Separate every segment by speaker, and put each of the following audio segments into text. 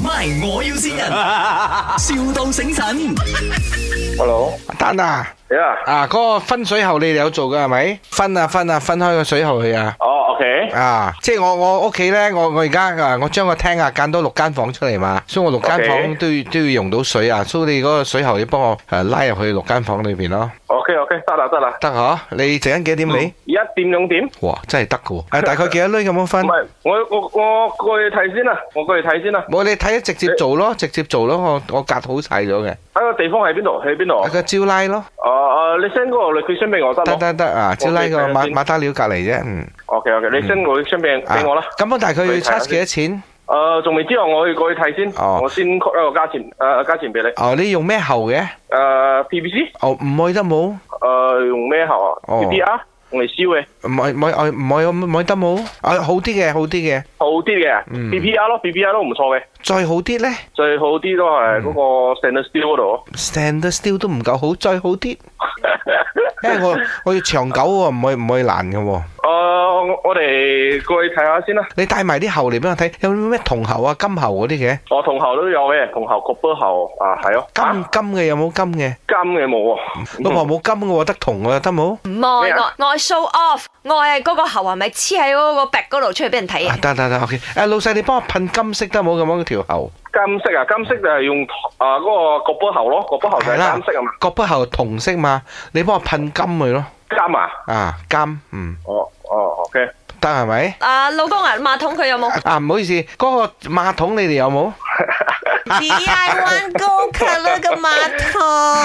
Speaker 1: ，MY 我要 先人，,笑到醒神。
Speaker 2: Hello，
Speaker 3: 蛋啊！
Speaker 2: 呀，
Speaker 3: 啊，嗰、個分水喉你哋有做噶係咪？分啊分啊，分開個水喉去啊！
Speaker 2: 哦，OK，
Speaker 3: 啊，即係我我屋企咧，我我而家啊，我將個廳啊間多六間房出嚟嘛，所以我六間
Speaker 2: OK
Speaker 3: 房都要都要用到水啊，所以你嗰個水喉要幫我誒拉入去六間房裏邊咯，
Speaker 2: OK，OK，得啦，得啦，
Speaker 3: 得嗬？你陣間幾點嚟？
Speaker 2: 一點兩點，唔
Speaker 3: 哇，真係得㗎喎！啊誒，大概幾多呢咁樣分？
Speaker 2: 係，我我我過去睇先啦，我過去睇先啦，
Speaker 3: 冇你睇直接做咯，直接做咯，我我隔好晒咗嘅，
Speaker 2: 睇個地方喺邊度，喺邊度
Speaker 3: 啊，個招拉咯，
Speaker 2: 哦哦，你 send 嗰個 location 俾我得
Speaker 3: 得
Speaker 2: 冇
Speaker 3: 得得啊，招拉個
Speaker 2: 我哋睇下
Speaker 3: 馬
Speaker 2: 先
Speaker 3: 馬達料隔離啫，嗯，
Speaker 2: ？OK，OK，你 send 個 location 俾
Speaker 3: 啊
Speaker 2: 俾我啦，
Speaker 3: 咁我大概要
Speaker 2: 你睇下
Speaker 3: charge
Speaker 2: 先
Speaker 3: 幾多錢？
Speaker 2: 誒，仲未知道，啊我去過去睇先，
Speaker 3: 哦
Speaker 2: 我先 cut 一個價錢，誒價錢俾你，
Speaker 3: 哦，你用咩喉嘅？
Speaker 2: 誒 PVC，
Speaker 3: 哦，唔愛得冇，
Speaker 2: 誒用咩喉啊
Speaker 3: 哦
Speaker 2: ？PPR 用嚟燒嘅，
Speaker 3: 唔愛唔愛唔愛唔愛得冇，啊好啲嘅，好啲嘅，
Speaker 2: 好啲嘅
Speaker 3: 嗯
Speaker 2: ，PPR 咯，PPR 都唔錯嘅，
Speaker 3: 再好啲咧
Speaker 2: 最好啲都係嗰個 stainless steel 嗰度。
Speaker 3: ，stand still 都唔夠好，再好啲，因為我我要長久喎，唔可以唔可以爛嘅喎。
Speaker 2: 誒、我我哋過去睇下先啦。
Speaker 3: 你帶埋啲喉嚟俾我睇，有咩銅喉啊、金喉嗰啲嘅？
Speaker 2: 我同校都有嘅，同校 copper 校啊，係咯。
Speaker 3: 金
Speaker 2: 啊
Speaker 3: 金嘅有冇金嘅？
Speaker 2: 金嘅冇喎。
Speaker 3: 老婆冇金嘅喎，得銅嘅得冇？
Speaker 4: 唔愛
Speaker 2: 咩啊
Speaker 4: 我我係 show off，我係嗰個喉係咪黐喺嗰個壁嗰度出去俾人睇
Speaker 3: 啊
Speaker 4: 啊？
Speaker 3: 得得得，OK。誒老細，你幫我噴金色得冇咁樣條喉？
Speaker 2: 金色啊，金色就係用啊嗰、個 copper 校咯，copper 校就係金色啊嘛。
Speaker 3: 角筆喉銅色嘛，你幫我噴金佢咯。
Speaker 2: 金啊，
Speaker 3: 啊金，嗯，
Speaker 2: 哦哦，OK。
Speaker 3: 得係咪？
Speaker 4: 啊，老公啊，馬桶佢有冇
Speaker 3: 啊，唔好意思，嗰、個馬桶你哋有冇？
Speaker 4: D I One Go Color 嘅馬桶？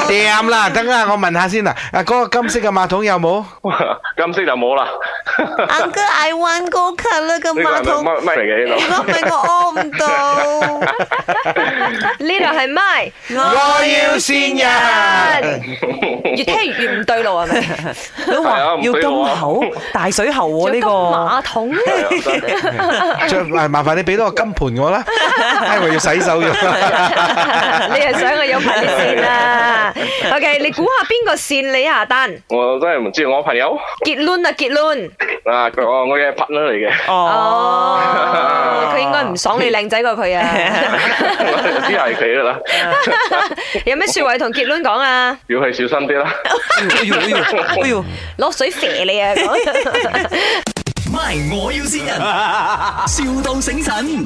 Speaker 3: 掂啦，等下我問下先啦。啊，嗰、個金色嘅馬桶有冇？
Speaker 2: 金色就冇啦。
Speaker 4: Uncle I One Go Color 嘅
Speaker 2: 呢個係咪乜乜嚟嘅呢
Speaker 4: 唔係哦我屙唔到。呢度係咪？ 啊
Speaker 3: 我要先 人，
Speaker 4: 越聽越唔對路啊係咪？
Speaker 5: 都話
Speaker 2: 係啊唔
Speaker 5: 要
Speaker 2: 俾
Speaker 5: 金
Speaker 2: 我啊
Speaker 5: 口大水喉喎呢
Speaker 4: 仲有個馬
Speaker 5: 個，
Speaker 4: 桶。
Speaker 3: 着麻麻煩你俾多個金盤我啦，哎，我要洗手用。
Speaker 4: 你係想我有排啲線 啦？OK，你估下邊個線你啊下單？
Speaker 2: 度？我真係唔知，我朋友
Speaker 4: 結論啊，結論。
Speaker 2: 啊，佢我我嘅 partner 嚟嘅，哦
Speaker 4: 哦，佢應該唔爽你靚仔過佢 啊！
Speaker 2: 我就知係佢噶啦，
Speaker 4: 有咩説話要同傑倫講啊？
Speaker 2: 要係小心啲啦。
Speaker 5: 哎呦哎呦哎呦！
Speaker 4: 攞水肥你啊！
Speaker 1: MY 我要先人，,笑到醒神。